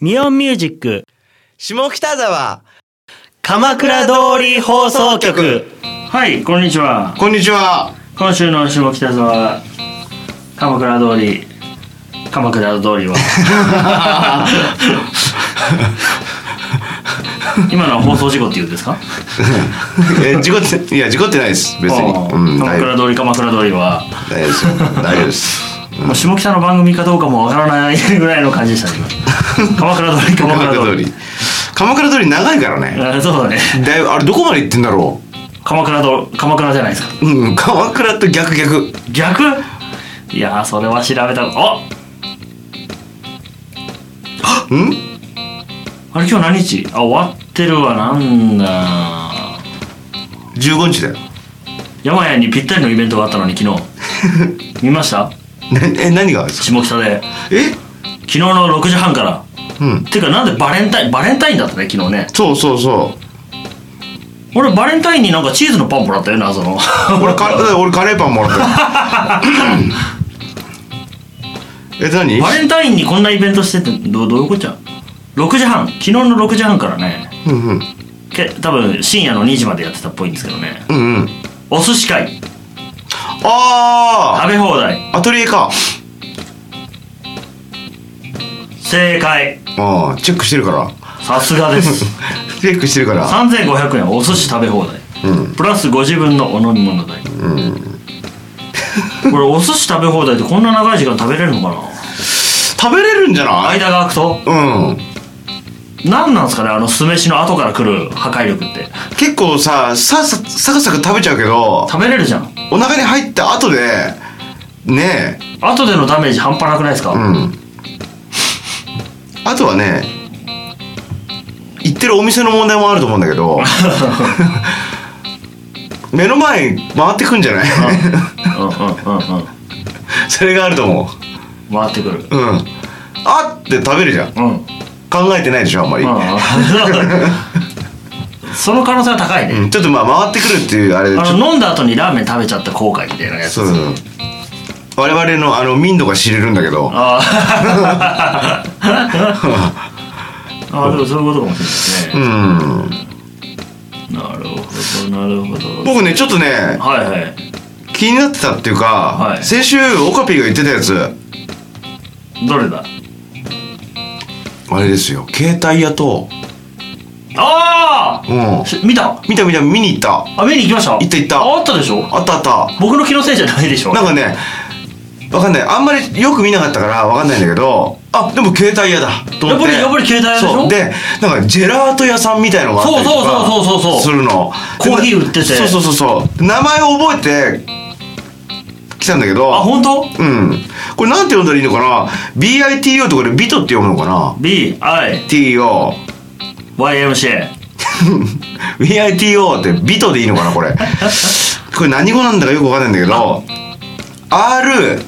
ミオンミュージック下北沢鎌倉通り放送局はいこんにちはこんにちは今週の下北沢鎌倉通り鎌倉通りは 今のは放送事故って言うんですか え事故っていや事故ってないです別にああうん鎌大丈夫倉通り鎌倉通りは、大丈夫ですよ大丈夫ですもう下北の番組かどうかもわからないぐらいの感じでしたね今 鎌倉通り 鎌鎌倉倉通通りり鎌倉通り長いからねあそうだねだいぶあれどこまで行ってんだろ鎌倉と鎌倉じゃないですかううん鎌倉と逆逆逆いやーそれは調べたあうんあれ今日何日あ終わってるわなんだ15日だよ山屋にぴったりのイベントがあったのに昨日見ましたなえ何がですか下北でえ昨日の6時半からうんてかなんでバレンタインバレンタインだったね昨日ねそうそうそう俺バレンタインになんかチーズのパンもらったよなその俺カレー俺カレーパンもらった よえ何バレンタインにこんなイベントしててどどういうこっちゃ6時半昨日の6時半からねうんうんけ多分深夜の2時までやってたっぽいんですけどねうんうんお寿司会あ食べ放題あアトリエか正解ああチェックしてるからさすがです チェックしてるから3500円お寿司食べ放題、うんプラスご自分のお飲み物代、うんこれお寿司食べ放題ってこんな長い時間食べれるのかな食べれるんじゃない間が空くとうん何なんすかねあの酢飯の後から来る破壊力って結構さささサクサク食べちゃうけど食べれるじゃんお腹に入った後でね後でのダメージ半端なくないですか、えうんあとはね行ってるお店の問題もあると思うんだけ ど目の前に回ってくんじゃないうんうんうんうん それがあると思回ってくるううんあって食べるじゃんうんうん考えてないでしょあんまり、 その可能性は高いね、うんちょっとまあ回ってくるっていうあれでちょあっとの飲んだ後にラーメン食べちゃった後悔みたいなやつそうそうそう我々のあの民度が知れるんだけどあーあーでもそういうことかもしれうないでんすね、なるほどなるほど僕ねちょっとねはいはい気になってたっていうか、はい先週オカピーが言ってたやつどれだあれですよ携帯屋とあうんあし見た見た見た見に行ったあ見に行きました行った行ったああったでしょあったあった僕の気のせいじゃないでしょなんかねわかんないあんまりよく見なかったからわかんないんだけどあでも携帯屋だとや思ってっぱりやっぱり携帯屋でしょそうでなんかジェラート屋さんみたいのがあったりとかそうそうそうそうそうそうするのコーヒー売っててそうそうそうそうで名前を覚えて来たんだけどあ本当うんこれなんて読んだらいいのかな BITO とかでビトって読むのかな TO ?BIYMCA VITO ってビトでいいのかな これこれ何語なんだかよくわかんないんだけど R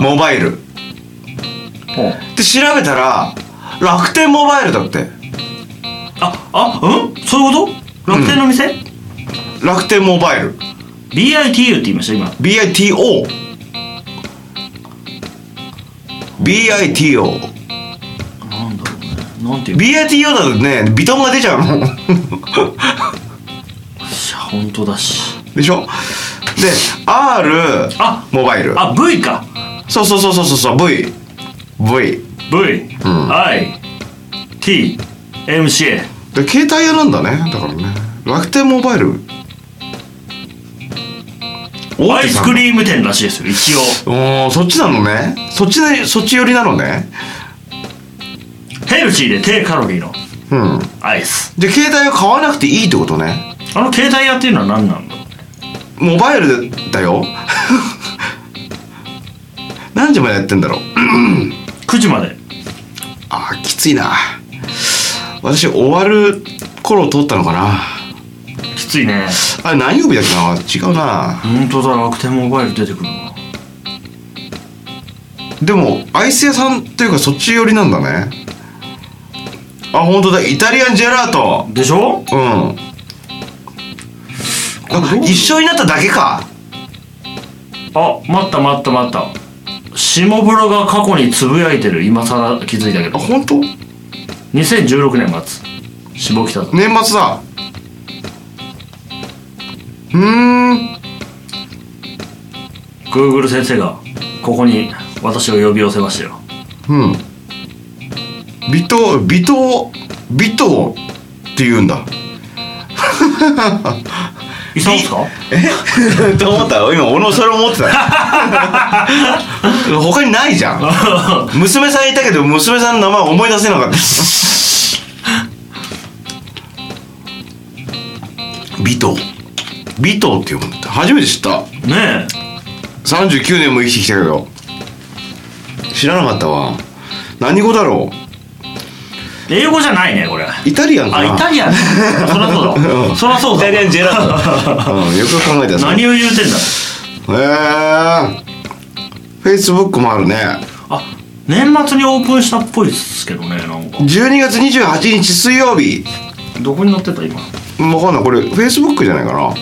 モバイルで調べたら楽天モバイルだってああうんそういうこと楽天の店、楽天モバイル ?BITU って言いました今 BITO BITO なんだろうねなんていう BITO だとねビトンが出ちゃうの 本当だしでしょで R あモバイルあ V かそうそうそうそうそうそう VV V、I T M C A で携帯屋なんだねだからね楽天モバイルアイスクリーム店らしいですよ一応おーそっちなのねそっちなそっち寄りなのねヘルシーで低カロリーのうんアイスで携帯を買わなくていいってことねあの携帯屋っていうのは何なんだろモバイルだよ 何時までやってんだろうう9時まであーきついな私終わる頃通ったのかなきついねあれ何曜日だっけな違うな本当だ楽天モバイル出てくるなでもアイス屋さんというかそっち寄りなんだねあ本当だイタリアンジェラートでしょうんあ一緒になっただけかあ待った待った待った下風呂が過去につぶやいてる今更気づいたけあど本当2016年末下北沢年末だうーん Google 先生がここに私を呼び寄せましたようん微糖微糖微糖って言うんだいさんすかえ と思ったよ今俺もそれ思って たよ他にないじゃん娘さんいたけど娘さんの名前思い出せなかった ビトビトって読むんだって初めて知った ね39年も生きてきたけど知らなかったわ何語だろえ英語じゃないねこれうイタリアンかあなイタリアンねそらそううだんそらそうだイタリアンジェラートうんよくよく考えたらそう何を言うてんだへえフェイスブックもあるねあ年末にオープンしたっぽいっすけどねなんか12月28日水曜日どこに載ってた今わかんないこれフェイスブックじゃないかな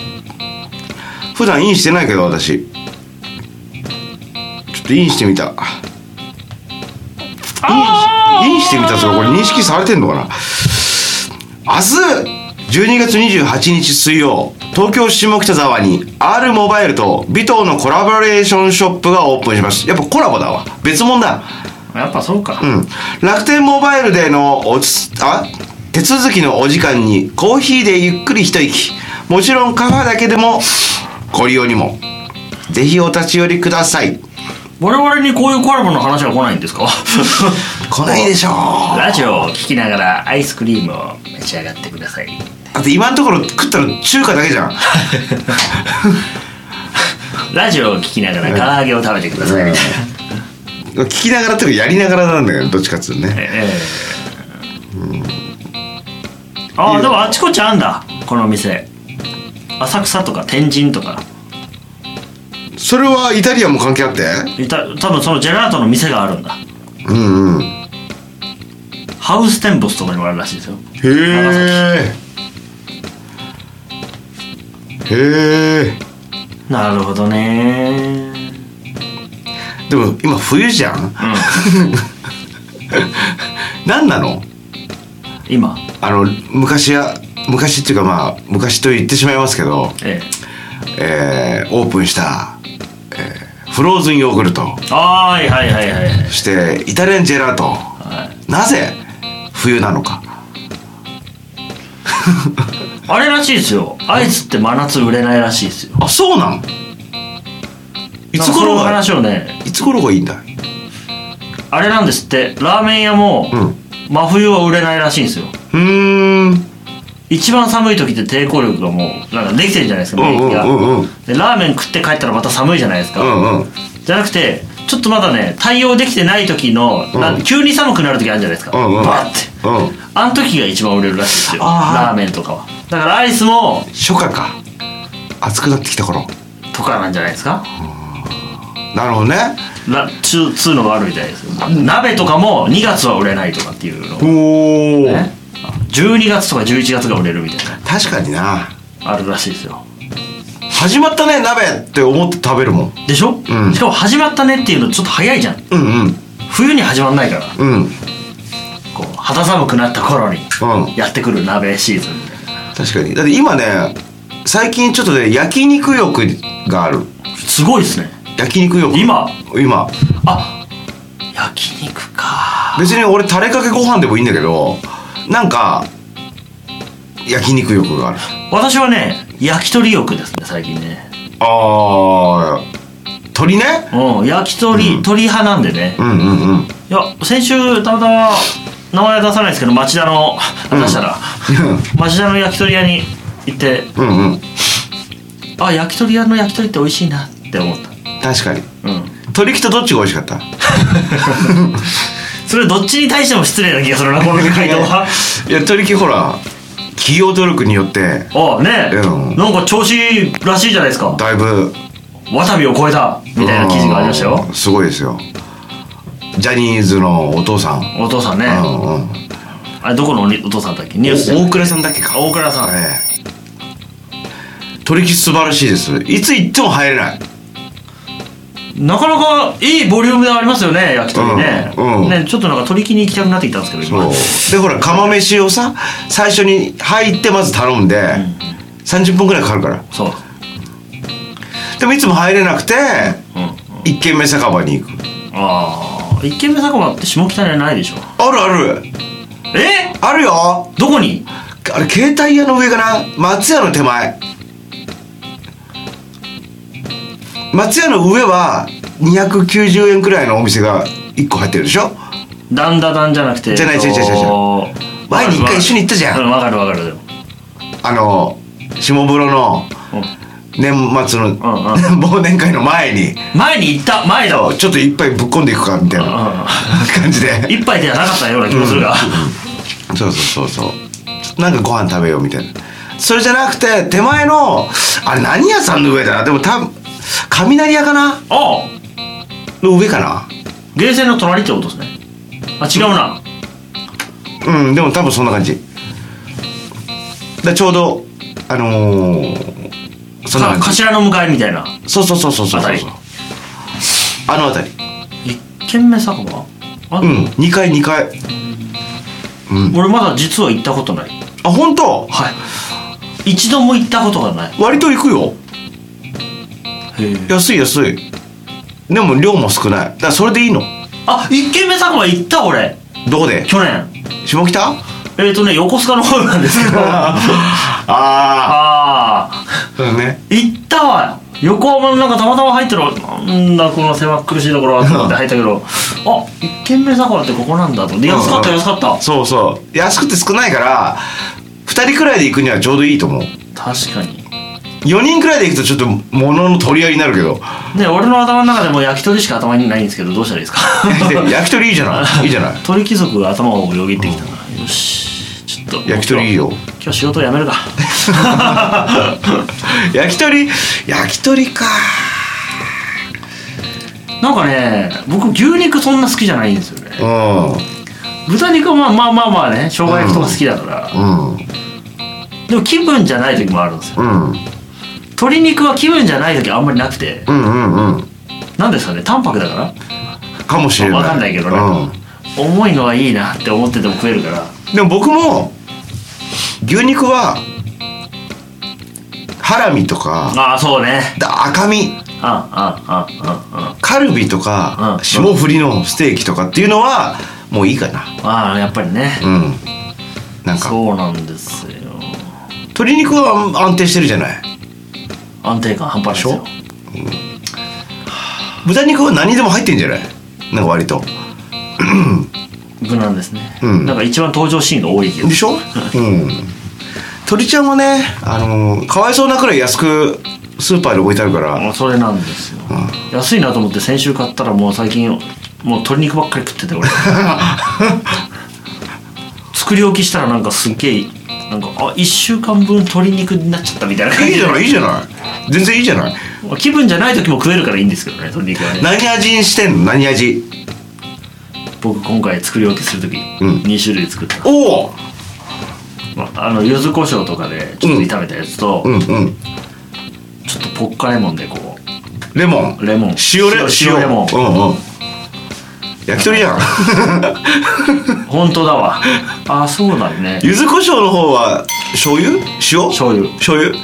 普段インしてないけど私ちょっとインしてみたインインしてみたぞこれ認識されてんのかな明日12月28日水曜東京下北沢に R モバイルとビトーのコラボレーションショップがオープンしますやっぱコラボだわ別物だやっぱそうか、うん、楽天モバイルでのおつあ手続きのお時間にコーヒーでゆっくり一息もちろんカフェだけでもご利用にもぜひお立ち寄りください我々にこういうコラボの話は来ないんですか来ないでしょ うラジオを聞きながらアイスクリームを召し上がってくださいだって今のところ食ったの中華だけじゃんラジオを聞きながら唐揚げを食べてくださいみたいな、聞きながらっていうかやりながらなんだけどどっちかっつうとねええああでもあちこちあんだこの店浅草とか天神とかそれはイタリアンも関係あっていた多分そのジェラートの店があるんだうんうんへハウステンボスとかにもあるらしいですよえへえなるほどねでも今冬じゃん うん何なの今あの昔や昔っていうかまあ昔と言ってしまいますけど、えええーオープンした、えーフローズンヨーグルトあーはいはいはいはいそしてイタリアンジェラートはいなぜ冬なのかあれらしいですよアイスって真夏売れないらしいですよあそうなんいつ頃のが話をねいつ頃がいいんだあれなんですってラーメン屋も、うん真冬は売れないらしいんですようーん一番寒い時って抵抗力がもうなんかできてるじゃないですかうんうん免疫が、うんうんでラーメン食って帰ったらまた寒いじゃないですうか、んうんじゃなくてちょっとまだね対応できてない時の、な急に寒くなる時あるじゃないですか、うんうんバーってうんあの時が一番売れるらしいですよあーラーメンとかはだからアイスも初夏か暑くなってきた頃とかなんじゃないですかなるほどねらつうつうのがあるみたいですよ鍋とかも2月は売れないとかっていうのおお、ね12月とか11月が売れるみたいな確かになあるらしいですよ始まったね鍋って思って食べるもんでしょ、うんしかも始まったねっていうのちょっと早いじゃんうんうん冬に始まんないからうんうんこう肌寒くなった頃にやってくる鍋シーズンみたいな確かにだって今ね最近ちょっとね焼肉欲があるすごいですね焼肉欲今今あ焼肉か別に俺タレかけご飯でもいいんだけどなんか焼肉欲がある私はね焼き鳥欲ですね最近ねあー鳥ねうん焼き鳥、鳥派なんでねうんうんうん いや先週たまたま名前は出さないですけど町田のあ出したら、町田の焼き鳥屋に行ってうんうんあ焼き鳥屋の焼き鳥って美味しいなって思った確かにうん鳥木とどっちが美味しかった それどっちに対しても失礼な気がするなこの回答 はいや鳥木ほら企業努力によってああねえ、うんなんか調子いいらしいじゃないですかだいぶ渡部を超えたみたいな記事がありましたようんすごいですよジャニーズのお父さんお父さんねうんうんあれどこのおお父さんだっけニュースで大倉さんだっけか大倉さんええ取引素晴らしいですいつ行っても入れないなかなかいいボリュームでありますよね焼き鳥ね,、うんうんねちょっとなんか取り木に行きたくなってきたんですけど今そうでほら釜飯をさ最初に入ってまず頼んで、30分ぐらいかかるからそうでもいつも入れなくてうんうん一軒目酒場に行くああ一軒目酒場って下北にはないでしょあるあるえあるよどこにあれ携帯屋の上かな松屋の手前松屋の上は290円くらいのお店が1個入ってるでしょダンダダンじゃなくてじゃないえっと違う違う違う違前に一回一緒に行ったじゃんうんわかるわかるでもあの下風呂のうん年末のん 忘年会の前に前に行った前だわちょっと一杯ぶっ込んでいくかみたいな感じで一杯ではなかったような気もするが、そうそうそうそうなんかご飯食べようみたいなそれじゃなくて手前のあれ何屋さんの上だなでも多分雷屋かなああの上かなゲーセンの隣ってことですねあ違うな、うんでも多分そんな感じでちょうどあのー、そんなか感じ頭の向かいみたいなそうそうそうそうそうそうあたりあの辺り一軒目酒場あ、うん2階2階俺まだ実は行ったことないあ本当はい一度も行ったことがない割と行くよへえ安い安いでも量も少ないだからそれでいいのあ一軒目酒場行った俺どこで去年下北えっ、ー、とね横須賀の方なんです けどあああ あそうね行ったわ横浜のなんかたまたま入ってるなんだこの狭っ苦しいところはと思って入ったけどあ一軒目酒場ってここなんだとで安かったうん安かったそうそう安くて少ないから2人くらいで行くにはちょうどいいと思う確かに4人くらいで行くとちょっと物の取り合いになるけどね俺の頭の中でもう焼き鳥しか頭にないんですけどどうしたらいいですか 焼き鳥いいじ ゃないいいじゃない鳥貴族が頭をよぎってきたな、よしちょっと焼き鳥いい よ今日仕事辞め るか焼き鳥焼き鳥かなんかね僕牛肉そんな好きじゃないんですよねう豚肉はまあまあまあまあね生姜焼きとか好きだから、んでも気分じゃない時もあるんですようん鶏肉は気分じゃない時あんまりなくてうんうんうんなんですかね淡白だからかもしれないわかんないけどねうん重いのはいいなって思ってても食えるからでも僕も牛肉はハラミとかああそうねだ赤身あああああカルビとうかん霜降りのステーキとかっていうのはもういいかなああやっぱりねうんなんかそうなんですよ鶏肉は安定してるじゃない安定感半端ないですよで豚肉は何でも入ってんじゃないなんか割と無難ですね、うんなんか一番登場シーンが多いけどでしょうん鶏ちゃんはねあのーかわいそうなくらい安くスーパーで置いてあるからもうそれなんですよ、安いなと思って先週買ったらもう最近もう鶏肉ばっかり食ってて俺 作り置きしたらなんかすっげえなんかあ1週間分鶏肉になっちゃったみたいな感いいじじで ゃないいいじゃない全然いいじゃない気分じゃない時も食えるからいいんですけどね鶏肉はね何味にしてんの何味僕今回作り置きする時、うん2種類作った、おおまあ、あの柚子胡椒とかでちょっと炒めたやつと、うんうんちょっとポッカレモンでこレモンうレモン塩レ塩レモンうんうん焼き鳥 じゃん本当だわあそうだね柚子胡椒の方は醤油塩醤油醤油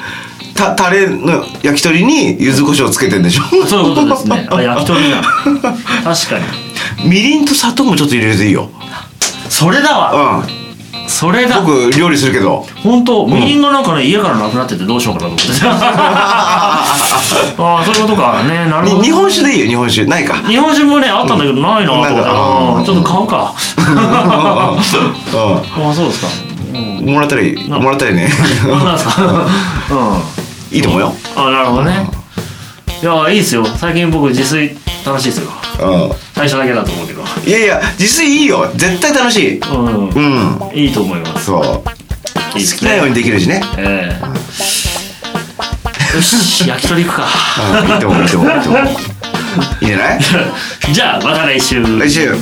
たタレの焼き鳥に柚子胡椒つけてんでしょそういうことですねあ焼き鳥だ確かにみりんと砂糖もちょっと入れるといいよそれだうわんそれだ僕料理するけど本当みりんがなんかね家からなくなっててどうしようかなと思って ああそういうことかねなるほにど日本酒でいいよ日本酒ないか 日本酒もねあったんだけどないなと思ってなんかあーちょっと買う かあうあそうですかうんんもらったらいいもらったらいいねそうなんですかうん いいと思うよあなるほどねいやいいですよ最近僕自炊楽しいですよう最初だけだと思うけどんいやいや自炊いいよ絶対楽しいうんうんいいと思いますそういいで好すきなようねにできるしねええよし焼き鳥行くかうんいいと思ういいと思ういいと思ういいんじゃないじゃあまた来週来週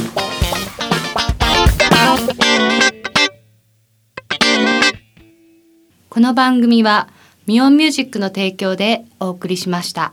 この番組はミオンミュージックの提供でお送りしました。